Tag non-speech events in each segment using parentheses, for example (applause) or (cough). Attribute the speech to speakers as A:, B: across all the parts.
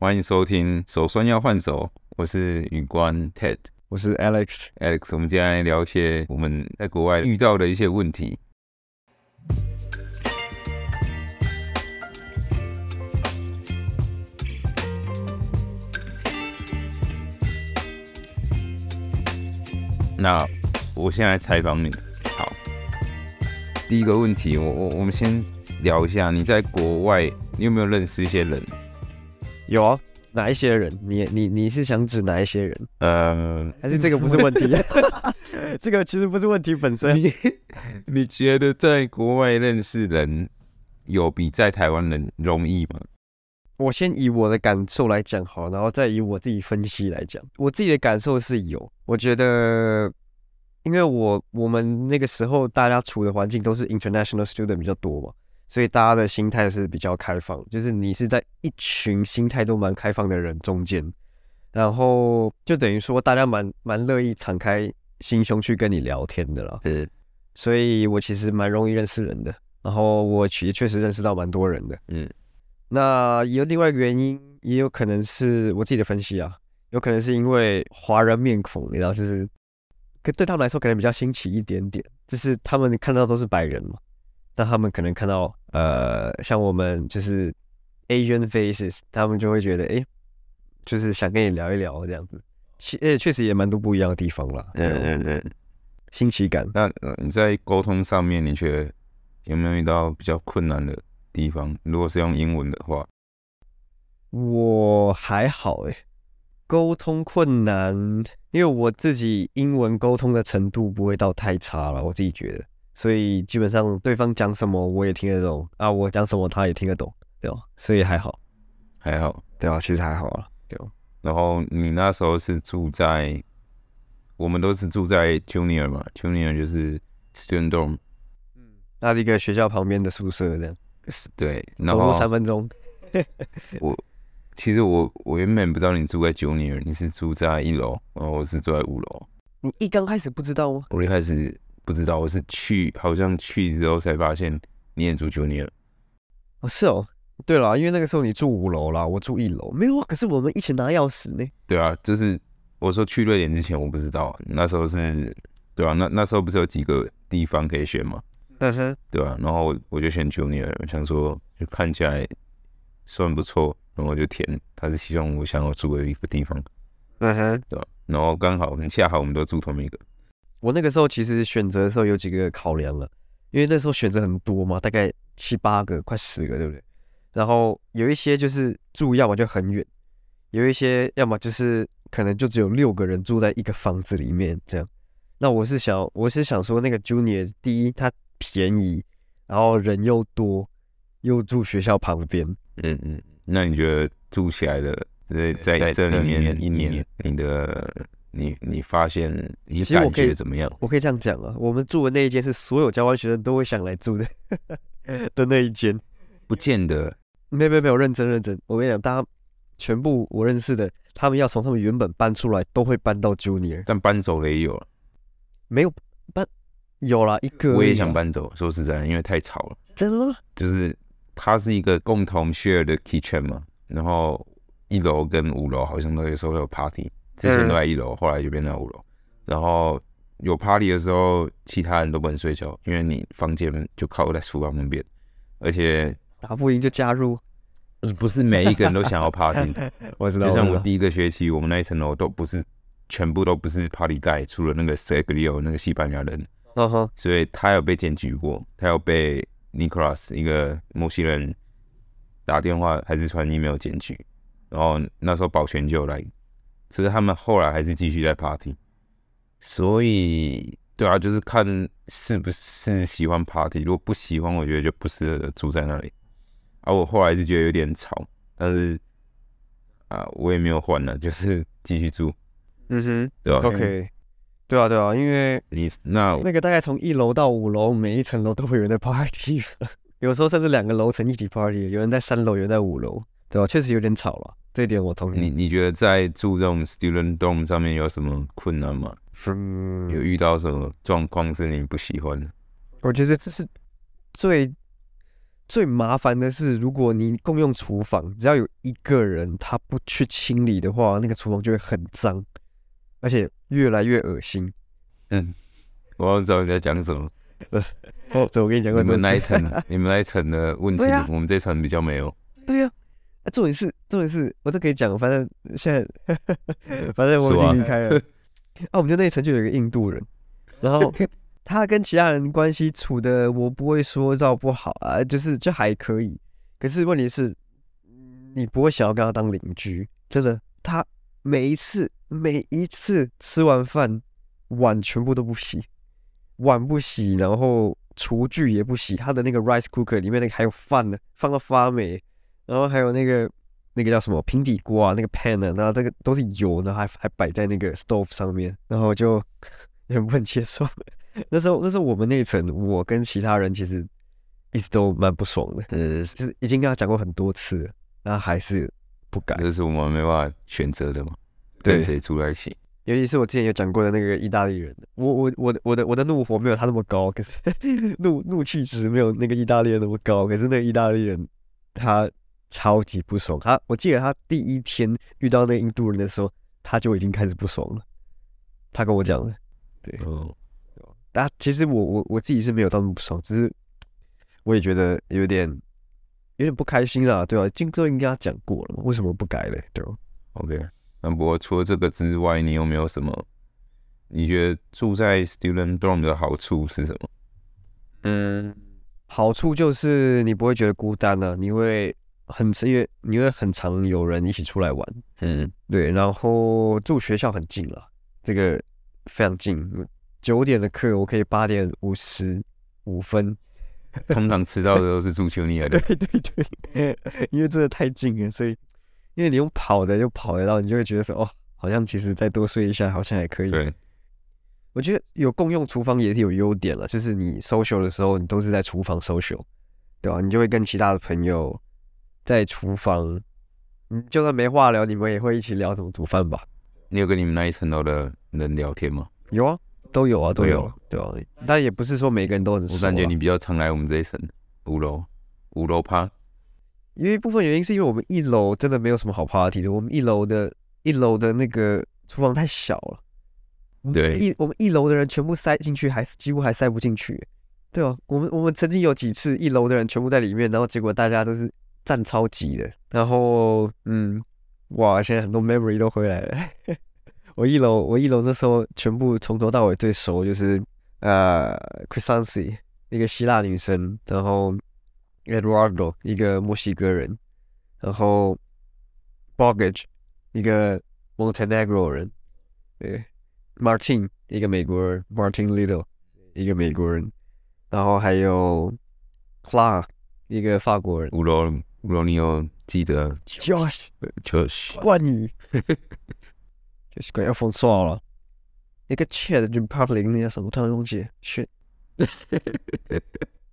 A: 欢迎收听《手酸要换手》，我是宇官 Ted
B: 我是 Alex。
A: Alex。我们今天来聊一些我们在国外遇到的一些问题。那我现在采访你，好。第一个问题，我我我们先聊一下，你在国外，你有没有认识一些人？
B: 有啊，哪一些人？你你你是想指哪一些人？
A: 呃，
B: 还是这个不是问题？ (laughs) 这个其实不是问题本身。
A: 你觉得在国外认识人有比在台湾人容易吗？
B: 我先以我的感受来讲好，然后再以我自己分析来讲。我自己的感受是有，我觉得，因为我我们那个时候大家处的环境都是 international student 比较多嘛，所以大家的心态是比较开放，就是你是在一群心态都蛮开放的人中间，然后就等于说大家蛮蛮乐意敞开心胸去跟你聊天的啦。
A: 是，
B: 所以我其实蛮容易认识人的，然后我其实确实认识到蛮多人的，
A: 嗯，
B: 那也有另外一个原因，也有可能是我自己的分析啊，有可能是因为华人面孔，你知道，就是可对他们来说可能比较新奇一点点，就是他们看到都是白人嘛，那他们可能看到呃像我们就是 Asian faces，他们就会觉得诶，就是想跟你聊一聊这样子，其呃确实也蛮多不一样的地方啦，
A: 嗯
B: 对
A: 嗯嗯。
B: 新奇感。
A: 那呃你在沟通上面，你觉得有没有遇到比较困难的地方？如果是用英文的话，
B: 我还好诶，沟通困难，因为我自己英文沟通的程度不会到太差了，我自己觉得，所以基本上对方讲什么我也听得懂啊，我讲什么他也听得懂，对吧？所以还好，
A: 还好。
B: 对吧？其实还好啊，
A: 然后你那时候是住在，我们都是住在 Junior 嘛，Junior 就是 Student Dorm，
B: 那一个学校旁边的宿舍这样，
A: 是对。然
B: 走路
A: 后
B: 三分钟，
A: 其实我我原本不知道你住在 Junior，你是住在一楼，然后我是住在五楼。
B: 你一刚开始不知道吗？
A: 我一开始不知道，我是去好像去之后才发现你也住 Junior。
B: 哦，是哦，对了，因为那个时候你住五楼啦，我住一楼，没有啊，可是我们一起拿钥匙呢。
A: 对啊，就是我说去瑞典之前我不知道，那时候是，对啊，那那时候不是有几个地方可以选嘛，
B: 嗯哼，
A: 对啊，然后我就选 Junior，我想说就看起来算不错，然后我就填，他是其中我想要住的一个地方，
B: 嗯哼。
A: 对吧、然后刚好很恰好我们都住同一个，
B: 我那个时候其实选择的时候有几个考量了，因为那时候选择很多嘛，大概七八个，快十个，对不对？然后有一些就是住，要么就很远，有一些要么就是可能就只有六个人住在一个房子里面这样。那我是想，我是想说，那个 Junior 第一它便宜，然后人又多，又住学校旁边，
A: 嗯嗯，那你觉得住起来的在在
C: 在
A: 这
C: 这里
A: 里面
C: 面
A: 一
C: 一
A: 年
C: 年，
A: 你的你你发现你
B: 其实我
A: 感
B: 可以
A: 觉怎么样？
B: 我可以这样讲啊，我们住的那一间是所有交换学生都会想来住的 (laughs) 的那一间。
A: 不见得，
B: 没有没有没有，认真认真。我跟你讲，大家全部我认识的，他们要从他们原本搬出来，都会搬到 Junior。
A: 但搬走了也有啊，
B: 没有搬，有啦一个而已啦。
A: 我也想搬走。说实在，因为太吵了。
B: 真的吗？
A: 就是它是一个共同 share 的 kitchen 嘛，然后一楼跟五楼好像都有时候会有 party，之前都在一楼，后来就变到五楼。然后有 party 的时候，其他人都不能睡觉，因为你房间就靠在厨房那边，而且
B: 打不赢就加入。
A: 不是每一个人都想要 party，
B: 我知道，
A: 就像
B: 知
A: 我
B: 道
A: 第一个学期，我们那一层楼都不是全部都不是 party guy，除了那个 Sergio 那个西班牙人，
B: 嗯哼，
A: 所以他有被检举过，他有被 Nicholas 一个墨西哥人打电话还是传 email 检举，然后那时候保全就有来，所以他们后来还是继续在 party，所以对啊，就是看是不是喜欢 party，如果不喜欢，我觉得就不适合住在那里。啊，我后来是觉得有点吵，但是啊，我也没有换了，就是继续住，
B: 嗯哼
A: 对吧、
B: ，OK。对啊，对啊，因为
A: 你那
B: 那个大概从一楼到五楼，每一层楼都会有人在 party，有时 (laughs) 候甚至两个楼层一起 party，有人在三楼，有人在五楼，对啊吧、确实有点吵了，这一点我同
A: 你
B: 意。
A: 你觉得在住这种 student dorm 上面有什么困难吗？
B: 嗯
A: 有遇到什么状况是你不喜欢的？
B: 我觉得这是最最麻烦的是，如果你共用厨房，只要有一个人他不去清理的话，那个厨房就会很脏，而且越来越恶心。
A: 我要知道你在讲什么。
B: 哦，对，我跟你讲过
A: 你们
B: 很多次，
A: 那一层，
B: (laughs)
A: 你们那一层的问题
B: 对啊，
A: 我们这层比较没有。
B: 对呀、啊，重点是重点是，我都可以讲，反正现在反正我
A: 是吧
B: 们已经离开了。 (laughs) 啊，我们就那一层就有一个印度人，然后他跟其他人关系处的，我不会说到不好啊，就是就还可以。可是问题是，你不会想要跟他当邻居，真的。他每一次每一次吃完饭，碗全部都不洗，碗不洗，然后厨具也不洗，他的那个 rice cooker 里面那个还有饭呢，放到发霉，然后还有那个那个叫什么平底锅啊，那个 pan 啊，然后这个都是油，然后还还摆在那个 stove 上面，然后我就 (laughs) 很不能接受。 (laughs) 那时候那时候我们那一层，我跟其他人其实一直都蛮不爽的，
A: 嗯，
B: 就是已经跟他讲过很多次了，然后还是不改。
A: 这是我们没办法选择的嘛，
B: 啊对
A: 跟谁住在一起。
B: 尤其是我之前有讲过的那个意大利人，我我我的我的我的怒火没有他那么高，可是 (laughs) 怒怒气值没有那个意大利人那么高，可是那个意大利人他超级不爽，他我记得他第一天遇到那个印度人的时候，他就已经开始不爽了，他跟我讲的，
A: 哦，
B: 但其实我我我自己是没有到那么不爽，只是我也觉得有点有点不开心啦，对吧、啊？经都已经跟他讲过了嘛，为什么不改嘞？对吧、
A: OK，那不过除了这个之外，你有没有什么？你觉得住在 student dorm 的好处是什么？嗯，
B: 好处就是你不会觉得孤单呢、你会很因为你会很常有人一起出来玩，
A: 嗯，
B: 对，然后住学校很近了，这个非常近，九点的课我可以八点五十五分，，
A: 通常吃到的都是住丘尼尔的
B: (laughs) 对对对，因为真的太近了，所以因为你用跑的就跑得到，你就会觉得说哦，好像其实再多睡一下好像也可以，
A: 对，
B: 我觉得有共用厨房也是有优点了，就是你 social 的时候，你都是在厨房 social，对吧、你就会跟其他的朋友在厨房，你就算没话聊，你们也会一起聊怎么煮饭吧？
A: 你有跟你们那一层楼的人聊天吗？
B: 有啊，都有啊，都
A: 都
B: 有
A: 有
B: 啊，对吧、但也不是说每个人都很熟
A: 我
B: 啊。
A: 感觉你比较常来我们这一层五楼，五楼趴。
B: 因为一部分原因是因为我们一楼真的没有什么好 party 的，我们一楼的一楼的那个厨房太小了，我们
A: 对
B: 一我们一楼的人全部塞进去，还几乎还塞不进去，对哦，我们我们曾经有几次一楼的人全部在里面，然后结果大家都是站超级的，然后嗯，哇，现在很多 memory 都回来了。 (laughs) 我一楼我一楼那时候全部从头到尾最熟就是呃 c h r i s a n t i 一个希腊女生，然后 Eduardo 一个墨西哥人，然后 Bogage 一个 Montenegro 人，对，Martin 一个美国人，Martin Little 一个美国人，然后还有 Clara 一个法国人
A: 五楼，五楼，你有记得
B: ，Josh
A: 就是
B: 冠宇，就是快要封锁了。一个 Chat Republic 那叫什么？我突然忘记了，shit，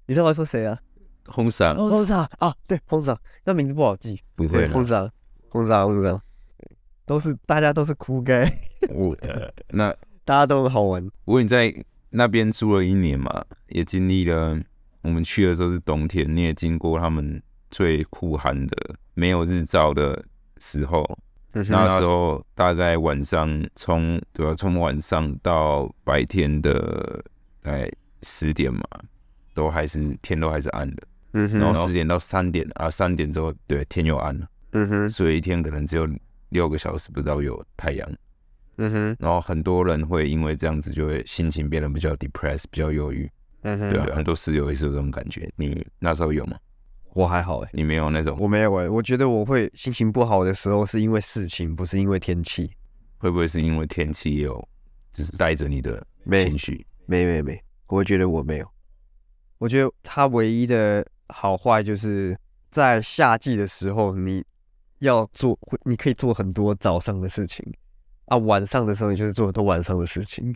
B: 你知道我在说谁啊？
A: 轰闪，
B: 轰炸啊，对，轰炸，那名字不好记。
A: 不会
B: 对，
A: 啦
B: 轰炸，轰炸，轰炸，都是大家都是酷 gay，
A: 我 (laughs) 那
B: (laughs) 大家都很好玩。
A: 不过你在那边住了一年嘛，也经历了我们去的时候是冬天，你也经过他们最酷寒的没有日照的时候。嗯那时候大概晚上从对吧、从晚上到白天的大概十点嘛，都还是天都还是暗的。
B: 嗯哼
A: 然后十点到三点啊，三点之后对天又暗了，
B: 嗯哼，
A: 所以一天可能只有六个小时不到有太阳。
B: 嗯哼，
A: 然后很多人会因为这样子就会心情变得比较 depressed，比较忧郁，
B: 嗯哼
A: 对啊，很多室友也是有这种感觉。你那时候有吗？
B: 我还好哎、
A: 你没有那种，
B: 我没有哎、我觉得我会心情不好的时候是因为事情，不是因为天气。
A: 会不会是因为天气也有，就是带着你的
B: 没
A: 情绪？
B: 没没没，我觉得我没有。我觉得它唯一的好坏就是在夏季的时候，你要做，会你可以做很多早上的事情啊，晚上的时候你就是做很多晚上的事情。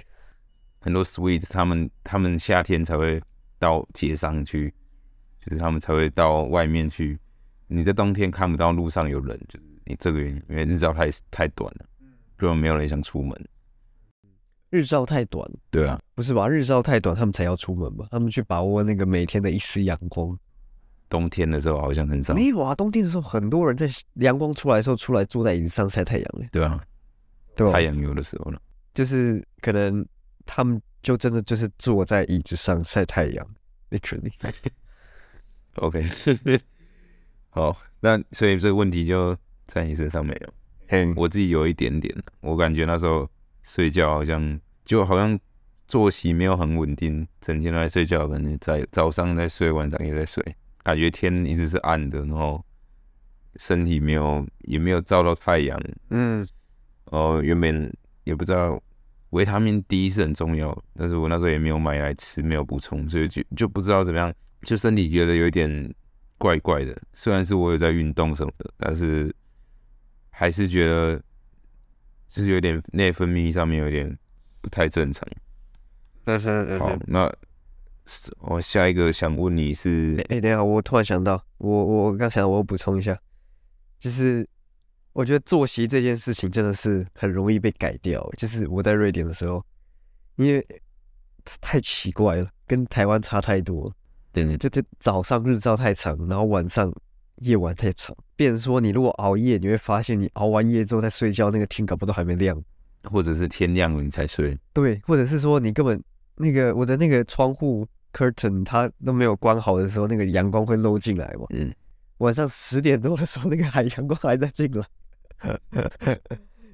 A: 很多 Swedes 他们他们夏天才会到街上去，就是他们才会到外面去。你在冬天看不到路上有人，就是你这个原因，因为日照太太短了，根本没有人想出门。
B: 日照太短，
A: 对啊，
B: 不是吧？日照太短，他们才要出门吧？他们去把握那个每天的一丝阳光。
A: 冬天的时候好像很少，
B: 没有啊，冬天的时候很多人在阳光出来的时候出来坐在椅子上晒太阳嘞，
A: 对啊，
B: 对吧
A: 太？阳有的时候了，
B: 就是可能他们就真的就是坐在椅子上晒太阳，literally。
A: OK，好，那所以这个问题就在你身上没有。
B: 嘿，
A: 我自己有一点点，我感觉那时候睡觉好像就好像作息没有很稳定，整天都在睡觉，可能在早上在睡，晚上也在睡，感觉天一直是暗的，然后身体没有也没有照到太阳，
B: 嗯，
A: 哦，原本也不知道维他命 D 是很重要，但是我那时候也没有买来吃，没有补充，所以就就不知道怎么样，就身体觉得有一点怪怪的。虽然是我有在运动什么的，但是还是觉得就是有点内分泌上面有点不太正常。
B: 但是
A: 好，那我下一个想问你是
B: 哎、欸等一下，我突然想到，我我我刚想，我补充一下，就是我觉得作息这件事情真的是很容易被改掉。欸就是我在瑞典的时候，因为太奇怪了，跟台湾差太多了。
A: 对对
B: 就这早上日照太长，然后晚上夜晚太长。变成说你如果熬夜，你会发现你熬完夜之后再睡觉，那个天搞不好都还没亮。
A: 或者是天亮了你才睡，
B: 对，或者是说你根本那个我的那个窗户 curtain 它都没有关好的时候，那个阳光会漏进来嘛。
A: 嗯，
B: 晚上十点多的时候，那个海阳光还在进来，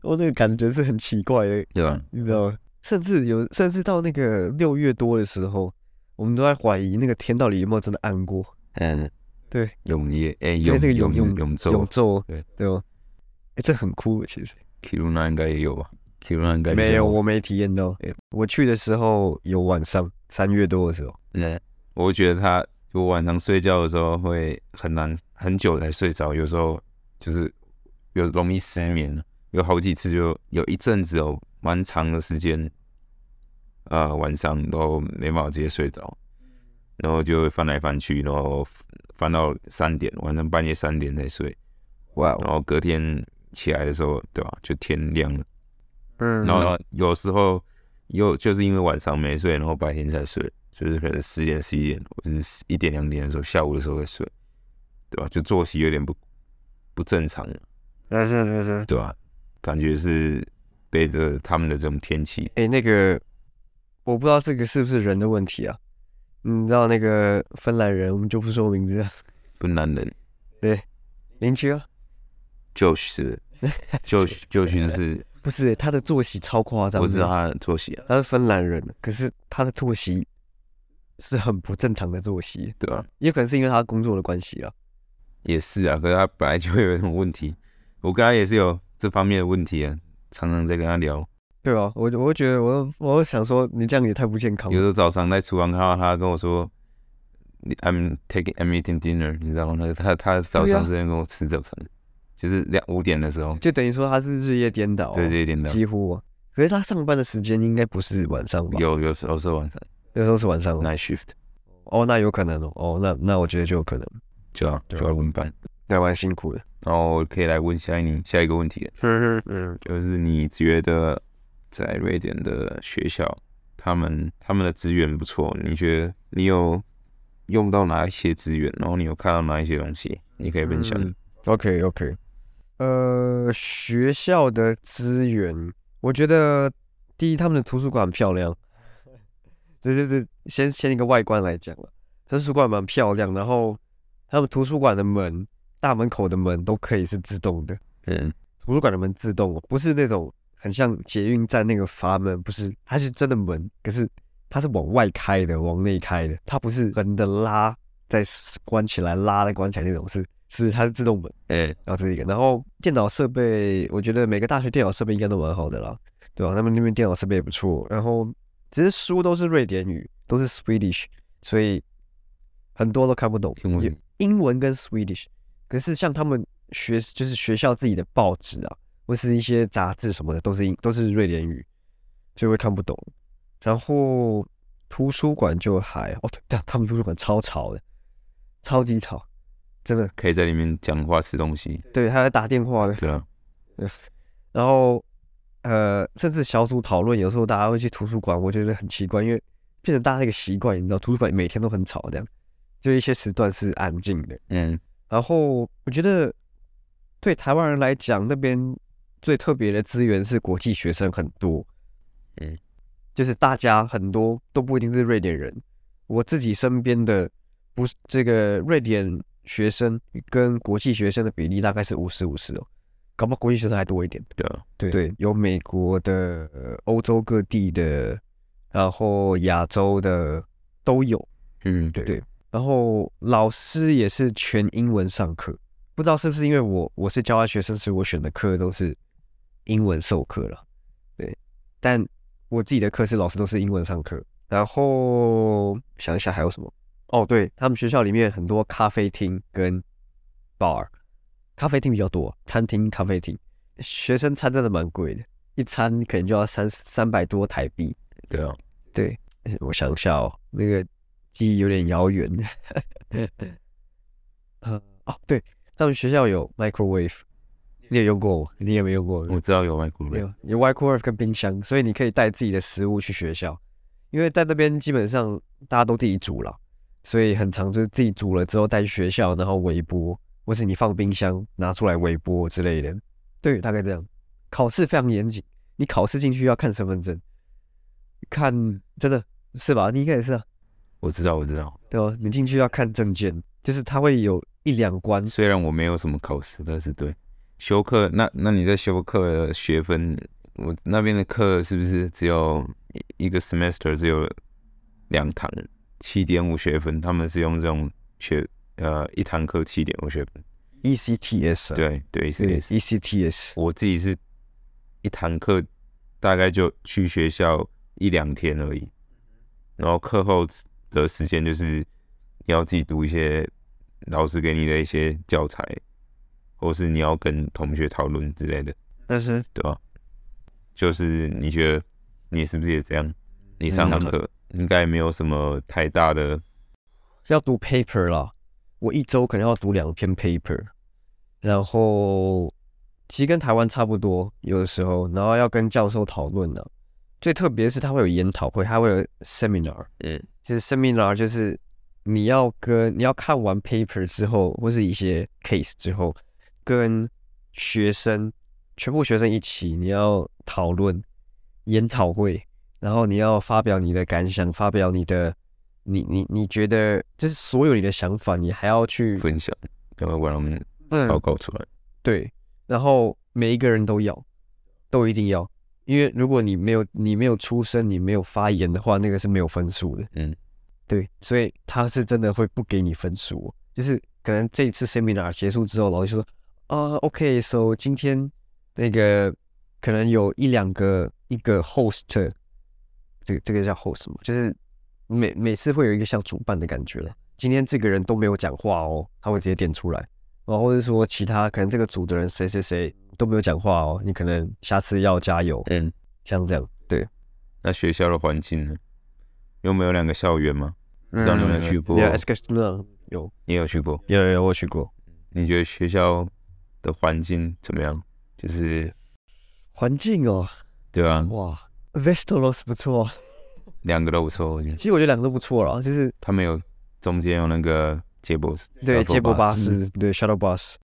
B: 我那个感觉是很奇怪的，
A: 对吧？
B: 你知道吗？甚至有，甚至到那个六月多的时候，我们都在怀疑那个天到底有没有真的暗过，
A: 嗯，
B: 对，
A: 永夜哎，
B: 因
A: 永
B: 为那个
A: 永
B: 永
A: 永昼啊
B: 永昼，
A: 对
B: 对吗？哎，这很酷，其实
A: Kiruna 应该也有吧？Kiruna 应该哦比较
B: 没有，我没体验到。我去的时候有晚上三月多的时候，
A: 嗯，我会觉得他就晚上睡觉的时候会很难很久才睡着，有时候就是有容易失眠，有好几次就有一阵子哦，蛮长的时间，呃，晚上都没办法直接睡着，然后就会翻来翻去，然后翻到三点，晚上半夜三点才睡，
B: 哇哦
A: 然，后隔天起来的时候，对吧、就天亮了。
B: 嗯
A: 然后有时候又就是因为晚上没睡，然后白天才睡，就是可能十点、十一点或者是一点、两点的时候，下午的时候再睡，对吧？就作息有点不不正常，
B: 是是是，
A: 对吧？感觉是被这他们的这种天气，
B: 哎、那个，我不知道这个是不是人的问题啊？你知道那个芬兰人，我们就不说名字了，
A: 芬兰人
B: 邻居啊，
A: 就是就是就是就是，
B: 不是、他的作息超夸张，
A: 我知道，他的作息啊，
B: 他是芬兰人，可是他的作息是很不正常的作息，
A: 对吧？
B: 也可能是因为他工作的关系啊。
A: 也是啊，可是他本来就会有什么问题，我跟他也是有这方面的问题啊，常常在跟他聊。
B: 对啊，我我会觉得我我会想说你这样也太不健康
A: 有时
B: 了。
A: 候早上在厨房看到他跟我说你，I'm taking I'm eating dinner，你知道吗？那个他他早上之前跟我吃早
B: 啊
A: 餐，就是两五点的时候，
B: 就等于说他是日夜颠倒、啊，
A: 对这一点的，
B: 几乎、啊。可是他上班的时间应该不是晚上吧？
A: 有有时候是晚上
B: 有时候是晚上哦，
A: night shift，
B: 哦，那有可能哦，哦，那那我觉得就有可能，
A: 就要
B: 对啊
A: 就要轮班。
B: 那蛮辛苦的。
A: 然后我可以来问下你下一个问题了，
B: 嗯嗯，
A: 就是你觉得在瑞典的学校，他们他们的资源不错，你觉得你有用到哪一些资源？然后你有看到哪一些东西？你可以分享。
B: 嗯 OK OK，呃，学校的资源，我觉得第一，他们的图书馆很漂亮， (laughs) 这这这，先先一个外观来讲了，图书馆蛮漂亮，然后他们图书馆的门，大门口的门都可以是自动的，
A: 嗯，
B: 图书馆的门自动哦，不是那种很像捷运站那个阀门，不是，它是真的门，可是它是往外开的，往内开的，它不是横的拉再关起来，拉再关起来那种，是是它是自动门。
A: 哎，
B: 然后这是一个，然后电脑设备，我觉得每个大学电脑设备应该都蛮好的啦，对吧、他们那边电脑设备也不错，然后只是书都是瑞典语，都是 Swedish，所以很多都看不懂。
A: 英文
B: 有英文跟 Swedish，可是像他们学就是学校自己的报纸啊，或是一些杂志什么的，都是英都是瑞典语，所以会看不懂。然后图书馆就还哦，对，他们图书馆超吵的，超级吵，真的，
A: 可以在里面讲话吃东西，
B: 对，还有打电话的。
A: 对啊。
B: 然后呃，甚至小组讨论，有时候大家会去图书馆，我觉得很奇怪，因为变成大家一个习惯，你知道，图书馆每天都很吵这样。就一些时段是安静的。
A: 嗯
B: 然后我觉得对台湾人来讲，那边最特别的资源是国际学生很多，
A: 嗯，
B: 就是大家很多都不一定是瑞典人。我自己身边的不是这个瑞典学生跟国际学生的比例大概是五十五十哦，搞不好国际学生还多一点。
A: 对啊，
B: 对对，有美国的、呃欧洲各地的，然后亚洲的都有。
A: 嗯对
B: 对然后老师也是全英文上课，不知道是不是因为我我是交换学生，所以我选的课都是英文授课了。对，但我自己的课是老师都是英文上课。然后想一下还有什么？哦，对他们学校里面很多咖啡厅跟 bar，咖啡厅比较多，餐厅、咖啡厅，学生餐真的蛮贵的，一餐可能就要三三百多台币。
A: 对啊，
B: 对，我想一下哦，那个记忆有点遥远。 (laughs) 呃，哦，对，他们学校有 microwave，你有用过吗？你有没有用过？
A: 我知道有外国
B: 没
A: 人，
B: 有，有 microwave 跟冰箱，所以你可以带自己的食物去学校，因为在那边基本上大家都自己煮了，所以很常就是自己煮了之后带去学校，然后微波，或是你放冰箱拿出来微波之类的。对，大概这样。考试非常严谨，你考试进去要看身份证，看真的是吧？你应该也是啊，
A: 我知道我知道。
B: 对吧？你进去要看证件，就是它会有一两关
A: 虽然我没有什么考试，但是对修课，那那你在修课的学分，我那边的课是不是只有一一个 semester 只有两堂七点五学分？他们是用这种学呃一堂课七点五学分，
B: ECTS，啊
A: 对对，E 是
B: 对
A: 也是。
B: ，ECTS，
A: 我自己是一堂课大概就去学校一两天而已，然后课后的时间就是你要自己读一些老师给你的一些教材，或是你要跟同学讨论之类的，
B: 但是
A: 对吧？就是你觉得你是不是也这样？你上
B: 嗯
A: 完课应该没有什么太大的，
B: 要读 paper 啦，我一周可能要读两篇 paper，然后其实跟台湾差不多，有的时候，然后要跟教授讨论呢。最特别的是他会有研讨会，他会有 seminar，
A: 嗯，
B: 就是 seminar 就是你要跟你要看完 paper 之后，或是一些 case 之后，跟学生全部学生一起，你要讨论研讨会，然后你要发表你的感想，发表你的你你你觉得就是所有你的想法，你还要去
A: 分享，要不然我们
B: 不能
A: 报告出来。
B: 对，然后每一个人都要，都一定要，因为如果你没有你没有出声，你没有发言的话，那个是没有分数的。
A: 嗯，
B: 对，所以他是真的会不给你分数哦，就是可能这一次 seminar 结束之后，老师说，啊、o k s o 今天那个可能有一两个一个 host，这个这个叫 host 吗？就是每每次会有一个像主办的感觉了。今天这个人都没有讲话哦，他会直接点出来。然后或者说其他可能这个组的人谁谁谁都没有讲话哦，你可能下次要加油，
A: 嗯，
B: 像这样。对，
A: 那学校的环境呢？有没有两个校园吗？知道你有没有去过
B: 有嗯 S K 那有
A: 你有去过？
B: 有有我有去过，
A: 你觉得学校的环境怎么样？就是
B: 环境哦，
A: 对啊，
B: 哇，Vestalos 不错，啊
A: 两个都不错，我觉得
B: 其实我觉得两个都不错了，就是
A: 他们有中间有那个接驳车，
B: 对
A: shuttle
B: 接驳巴
A: 巴
B: 士，对 shuttle bus，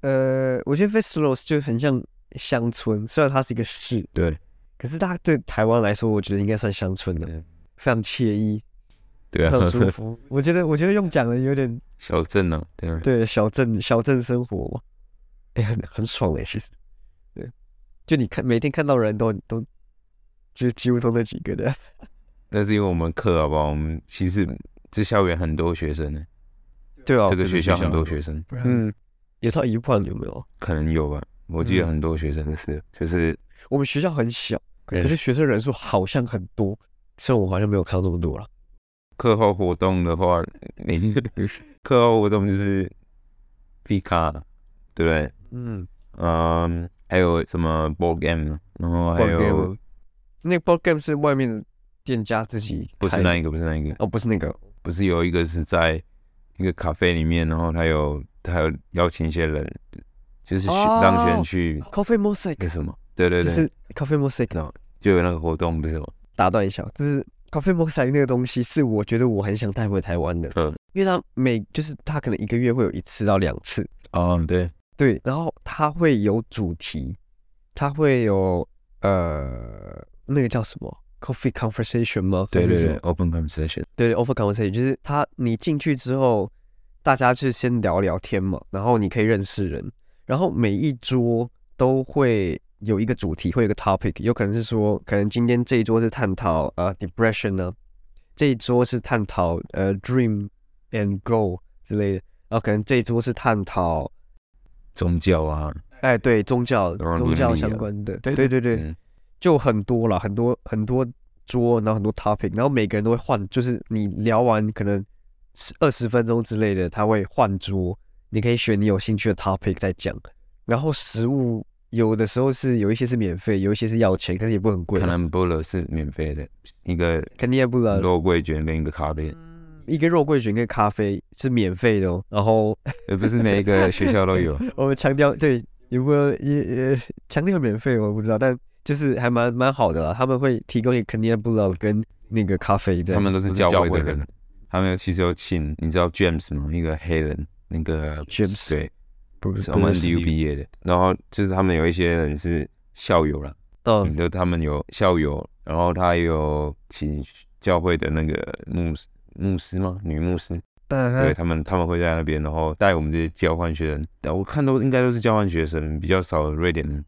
B: 呃，我觉得 Vestalos 就很像乡村，虽然它是一个市，
A: 对，
B: 可是它对台湾来说，我觉得应该算乡村的
A: 嗯，
B: 非常惬意，
A: 对
B: 非
A: 啊
B: 常，舒服。我觉得，我觉得用讲的有点
A: (laughs) 小镇呢、啊，对啊，
B: 对小镇小镇生活嘛，哎、很很爽哎、其实，对，就你看每天看到人都都，就几乎都那几个的，
A: 那是因为我们课啊好不好？我们其实这校园很多学生呢、
B: 对啊，
A: 这个学校很哦多学生，
B: 嗯，有到一半有没有？
A: 可能有吧，我记得很多学生的是，就是
B: 我们学校很小，可
A: 嗯
B: 是学生人数好像很多，虽然我好像没有看到那么多了。
A: 课后活动的话，你课后活动就是 P 卡，对不对？
B: 嗯，
A: 嗯，还有什么 board game，然后还
B: board
A: 有
B: game，那 board game 是外面的店家自己
A: 不是
B: 开的
A: 那一个，不是那一个，
B: 哦，不是那个，
A: 不是有一个是在一个咖啡里面，然后他有他有邀请一些人，就是去
B: 哦
A: 让学生去
B: Coffee
A: 那
B: Mosaic，
A: 什么，对对
B: 就
A: 对
B: 是，Coffee Mosaic
A: 就有那个活动不是吗？
B: 打断一下，就是 coffee mosaic 那个东西是我觉得我很想带回台湾的，
A: 嗯，
B: 因为他每就是他可能一个月会有一次到两次，
C: 哦，对，
B: 对，然后它会有主题，它会有呃那个叫什么 coffee conversation 吗？
C: 对
B: 还是
C: 对
B: 什
C: 对
B: 么
C: ，open conversation，
B: 对对 offer conversation 就是它你进去之后，大家是先聊聊天嘛，然后你可以认识人，然后每一桌都会有一个主题，会有一个 topic，有可能是说，可能今天这一桌是探讨呃 depression 呢、这一桌是探讨呃 dream and goal 之类的，然后可能这一桌是探讨
C: 宗教啊，
B: 哎，对，宗教
A: 然后
B: 宗
A: 伦
B: 教
A: 理
B: 相
A: 啊
B: 关的，对对对对，
A: 嗯
B: 就很多了，很多很多桌，然后很多 topic，然后每个人都会换，就是你聊完可能十二十分钟之类的，他会换桌，你可以选你有兴趣的 topic 再讲。然后食物有的时候是有一些是免费，有一些是要钱，可是也不会很贵
A: 可
B: 啦，
A: 能 b o l e 是免费的，一个
B: 肯定也不了。
A: 肉桂卷跟一个咖啡，
B: 一个肉桂卷跟咖啡是免费的哦，然后
A: 也呃不是每一个学校都有。
B: 我们强调对，有没有也也强调免费我不知道，但就是还蛮蛮好的啦。他们会提供一个 Kenya b u l 跟那个咖啡这
A: 他
B: 样，
A: 们都是
C: 都是
A: 教
C: 教
A: 会
C: 会
A: 的
C: 的
A: 人，他们其实有请，你知道 James 吗？一个黑人，那个
B: James
A: 对，
B: 不
A: 是我们
C: Bruce Lee
A: NDU 毕业的。然后就是他们有一些人是校友啦，
B: 嗯，
A: 嗯，就他们有校友，然后他也有请教会的那个牧师牧师吗？女牧师，对
B: 但
A: 他们他们会在那边，然后带我们这些交换学生，呃我看都应该都是交换学生，比较少瑞典人，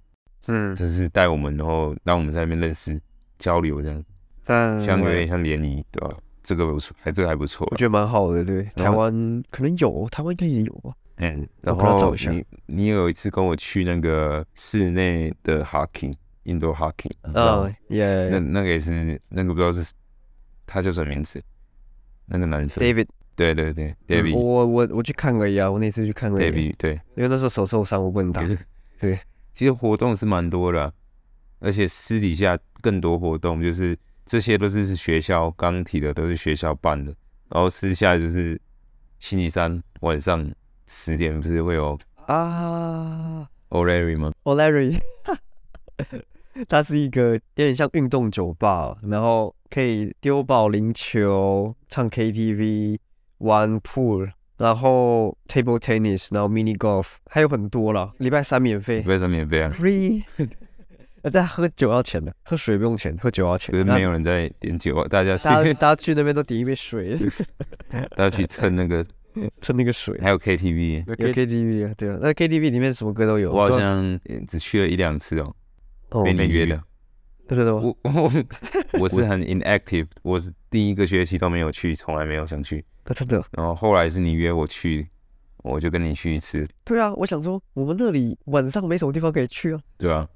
B: 嗯，
A: 他是带我们，然后让我们在那边认识交流这样子，
B: 但
A: 像有点像联谊，嗯对吧？这个不错，还这个还不错啦
B: 我，觉得蛮好的，对，台
A: 然后
B: 湾可能有，台湾应该也有吧。
A: 嗯，
B: 我
A: 然
B: 可能要
A: 后
B: 找一下
A: 你你有一次跟我去那个室内的 hockey，印度 hockey，你知道吗
B: 嗯，耶
A: 那那个也是那个不知道是他叫什么名字，那个男生，
B: ，David，
A: 对对对
B: 嗯
A: ，David
B: 我我我去看而已啊，我那次去看而已，
A: David 对，
B: 因为那时候手受伤，我不能打。
A: (laughs) 其实活动是蛮多的啊、而且私底下更多活动，就是这些都是是学校刚提的，都是学校办的，然后私下就是星期三晚上十点不是会有
B: 啊
A: O'Leary 吗？
B: (laughs) ，O'Larry，它，Oh, 是一个有点像运动酒吧，然后可以丢保龄球、唱 KTV、玩 pool，然后 table tennis，然后 mini golf，还有很多啦。礼拜三免费
A: 为什么免费啊？
B: (laughs) ，free。呃，但喝酒要钱的，喝水不用钱，喝酒要钱
A: 可。是
B: 那
A: 没有人在点酒啊，大家去
B: 大家大家去那边都点一杯水， (laughs)
A: (laughs) 大家去蹭那个，
B: 蹭那个水。
A: 还有 KTV，
B: 有 KTV 啊，对啊，那 KTV 里面什么歌都有。
A: 我好
B: 就
A: 像呃只去了一两次哦，
B: 哦，
A: 被你约的。
B: 真的吗？
A: 我 (laughs)
B: (laughs)
A: 我我是很 inactive，我是第一个学期都没有去，从来没有想去。
B: 那真的
A: 然后后来是你约我去，我就跟你去一次，
B: 对啊，我想说我们那里晚上没什么地方可以去啊。
A: 对吧、啊？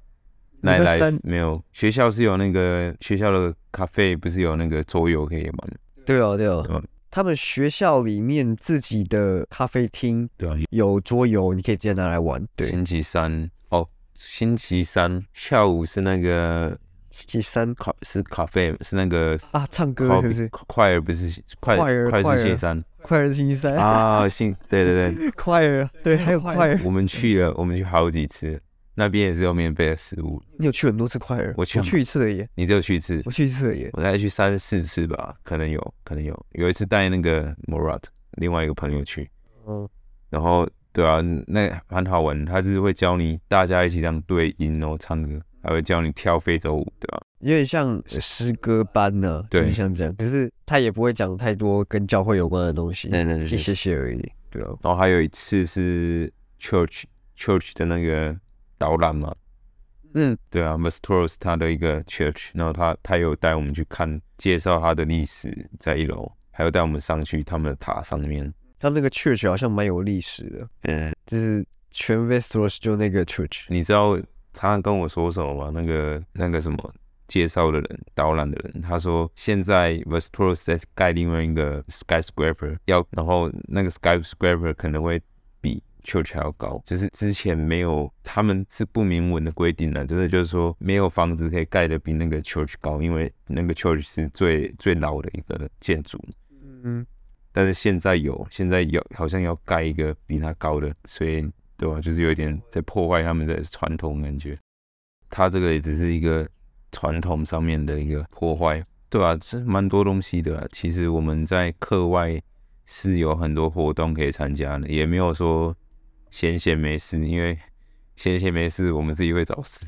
B: 礼拜
A: Nightlife
B: 三
A: 没有，学校是有那个学校的咖啡，不是有那个桌游可以玩吗？
B: 对啊，对啊
A: 对吧，
B: 他们学校里面自己的咖啡厅
C: 对啊，
B: 有桌游，你可以直接拿来玩。对，
A: 星期三哦，星期三下午是那个
B: 星期三
A: 咖是咖啡是那个
B: 啊，唱歌
A: 快
B: 是不是？
A: 快而不是快
B: 快而
A: 快
B: 快
A: 是
B: 而
A: 星期三
B: 快乐星期三，
A: 啊，星对对对，
B: 快乐对，还有 (laughs) 快乐，
A: 我们去了，我们去好几次，那边也是有免费的食物，
B: 你有去很多次快乐？
A: 我去
B: 我去一次而已，
A: 你只有去一次，
B: 我去一次而已。
A: 我大概去三四次吧，可能有，可能有。有一次带那个 Morat 另外一个朋友去，
B: 嗯，
A: 然后对啊，那很好玩，他是会教你大家一起这样对音，然后唱歌，还会教你跳非洲舞，对吧、
B: 有点像诗歌班呢、
A: 对
B: 就是像这样。可是他也不会讲太多跟教会有关的东西，
A: 对对对
B: 一些些而已。对啊，
A: 然后还有一次是 Church Church 的那个导览嘛，
B: 嗯，
A: 对啊 m a s t o r s 他的一个 church，然后他他有带我们去看，介绍他的历史，在一楼，还有带我们上去他们的塔上面。
B: 他们那个 church 好像蛮有历史的，
A: 嗯，
B: 就是全 Vestos 就那个 church，
A: 你知道他跟我说什么吗？那个那个什么介绍的人，导览的人，他说现在 v e s t o r s 在盖另外一个 skyscraper，要然后那个 skyscraper 可能会比 church 还要高，就是之前没有他们是不明文的规定的，就是就是说没有房子可以盖的比那个 church 高，因为那个 church 是最最老的一个建筑。
B: 嗯，
A: 但是现在有，现在有好像要盖一个比它高的，所以对吧、就是有点在破坏他们的传统感觉。它这个也只是一个传统上面的一个破坏，对吧、是蛮多东西的啊、其实我们在课外是有很多活动可以参加的，也没有说闲闲没事，因为闲闲没事我们自己会找事。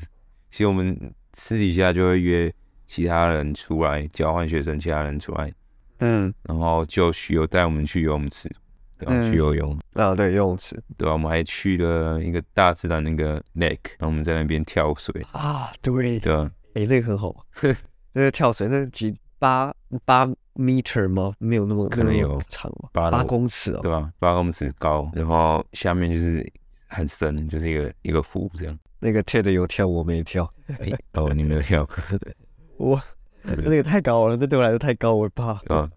A: 其实我们私底下就会约其他人出来交换学生，其他人出来，
B: 嗯
A: 然后就许有带我们去游泳池，对吧？
B: 嗯
A: 去游泳，
B: 啊，对，游泳池
A: 对吧？我们还去了一个大自然那个 lake，然后我们在那边跳水，
B: 啊，对，
A: 对
B: (laughs)
A: 吧？
B: 哎、那个很好玩，那个跳水那几八八 meter 吗？没有那么
A: 可能
B: 没那
A: 有
B: 么长吧，
A: 八
B: 八
A: 楼
B: 公尺哦
A: 对。吧？八公尺高，然后下面就是很深，就是一个一个湖这
B: (laughs)
A: 样。
B: 那个 TED 有跳，我没跳，
A: 哎哦，你没有跳，
B: 我那个太高了，这对我来说太高，我怕，
A: 对吧？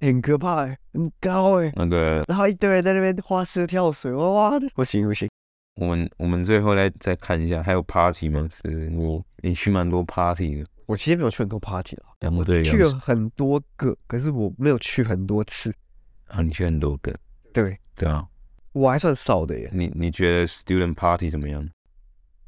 B: 很可怕、欸，很高哎、
A: 那个
B: 然后一堆人在那边花式跳水，哇哇的，不行不行，
A: 我们我们最后再再看一下，还有 party 吗？是你你去蛮多 party 的，
B: 我其实没有去很多 party 了，
C: 两个队
B: 去了很多个，可是我没有去很多次，
A: 啊，你去很多个，
B: 对
A: 对啊。
B: 我还算少的耶，
A: 你你觉得 student party 怎么样？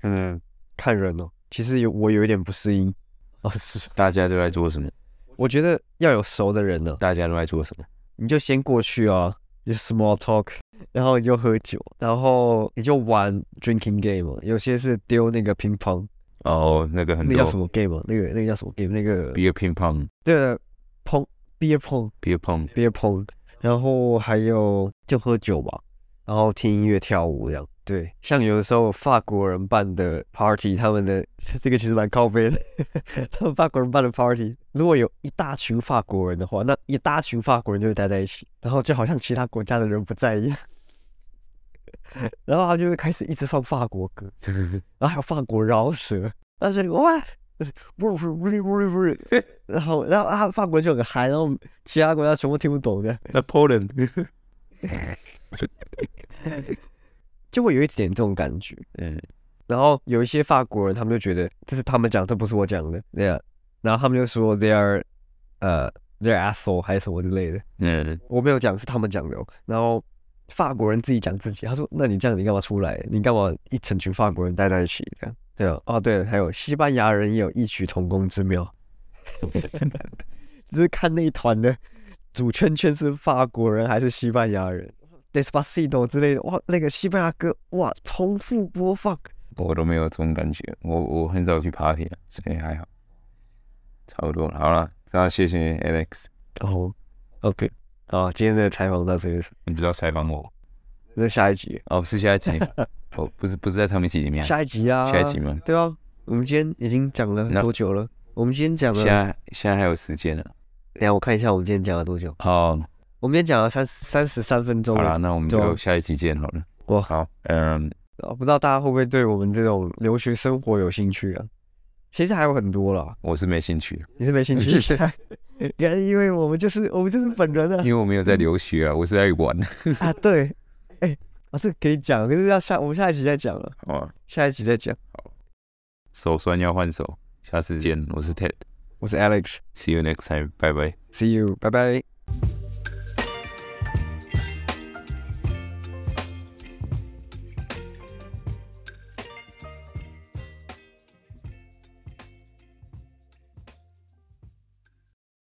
B: 嗯，看人哦，其实有我有一点不适应，哦是，
A: 大家都在做什么？
B: 我觉得要有熟的人呢、
A: 大家都在做什么？
B: 你就先过去啊，就 small talk，然后你就喝酒，然后你就玩 drinking game，有哦些是丢那个乒乓，
A: 哦，那个很
B: 那叫什
A: 多
B: 么 game？啊那个那个叫什么 game？那个
A: beer ping pong
B: 对啊碰 beer pong
A: beer pong，
B: beer pong，然后还有就喝酒吧，然后听音乐跳舞这样。对，像有的时候法国人办的 party，他们的这个其实蛮靠背的。 (laughs) 他们法国人办的 party，如果有一大群法国人的话，那一大群法国人就会待在一起，然后就好像其他国家的人不在一样。 (laughs) 然后他就会开始一直放法国歌，然后还有法国饶舌，但是哇，不是不是不是不是，然后然后啊，法国人就很嗨，然后其他国家全部听不懂的，
A: (laughs) 那 Poland
B: 就会有一点这种感觉。
A: 嗯，
B: 然后有一些法国人，他们就觉得这是他们讲，这不是我讲的，对啊。然后他们就说 they are，呃，they are asshole 还是什么之类的，
A: 嗯
B: 我没有讲，是他们讲的、哦。然后法国人自己讲自己，他说：“那你这样你干嘛出来？你干嘛一整群法国人待在一起这样？”对啊，哦对了，还有西班牙人也有异曲同工之妙， (laughs) 只是看那一团的主圈圈是法国人还是西班牙人，Despacito 之类的，哇，那个西班牙歌哇重复播放，
A: 我都没有这种感觉，我我很少去 party 啊，所以还好，差不多了好了，那谢谢 Alex，哦
B: 然后 OK，好，今天的采访到这边，
A: 你知道采访我
B: 那下一集，
A: 哦，是下一 (laughs) 集，哦，不是不是在他们一集里面啊，
B: 下一集啊，
A: 下一集吗？
B: 对啊，我们今天已经讲了
A: 那
B: 多久了？我们今天讲了
A: 现，在现在还有时间了，
B: 等一下我看一下我们今天讲了多久。
A: 哦，
B: 我们今天讲了三三十三分钟
A: 好
B: 了
A: 啦，，那我们
B: 对啊
A: 就下一集见好了，
B: 哇
A: 好，嗯，
B: 啊不知道大家会不会对我们这种留学生活有兴趣啊？其实还有很多啦，
A: 我是没兴趣，
B: 你是没兴趣？
A: (laughs)
B: (laughs) 原来因为我们就是我们就是本人啊
A: 因为我没有在留学啊，我是在玩， (laughs)
B: 啊对，哎、啊这个可以讲，可是要下我们下一集再讲了，
A: 好吧，
B: 下一集再讲。
A: 哦手酸要换手，下次见，我是 Ted。
B: 我是 Alex，See
A: See you next time. Bye bye.
B: you，拜拜。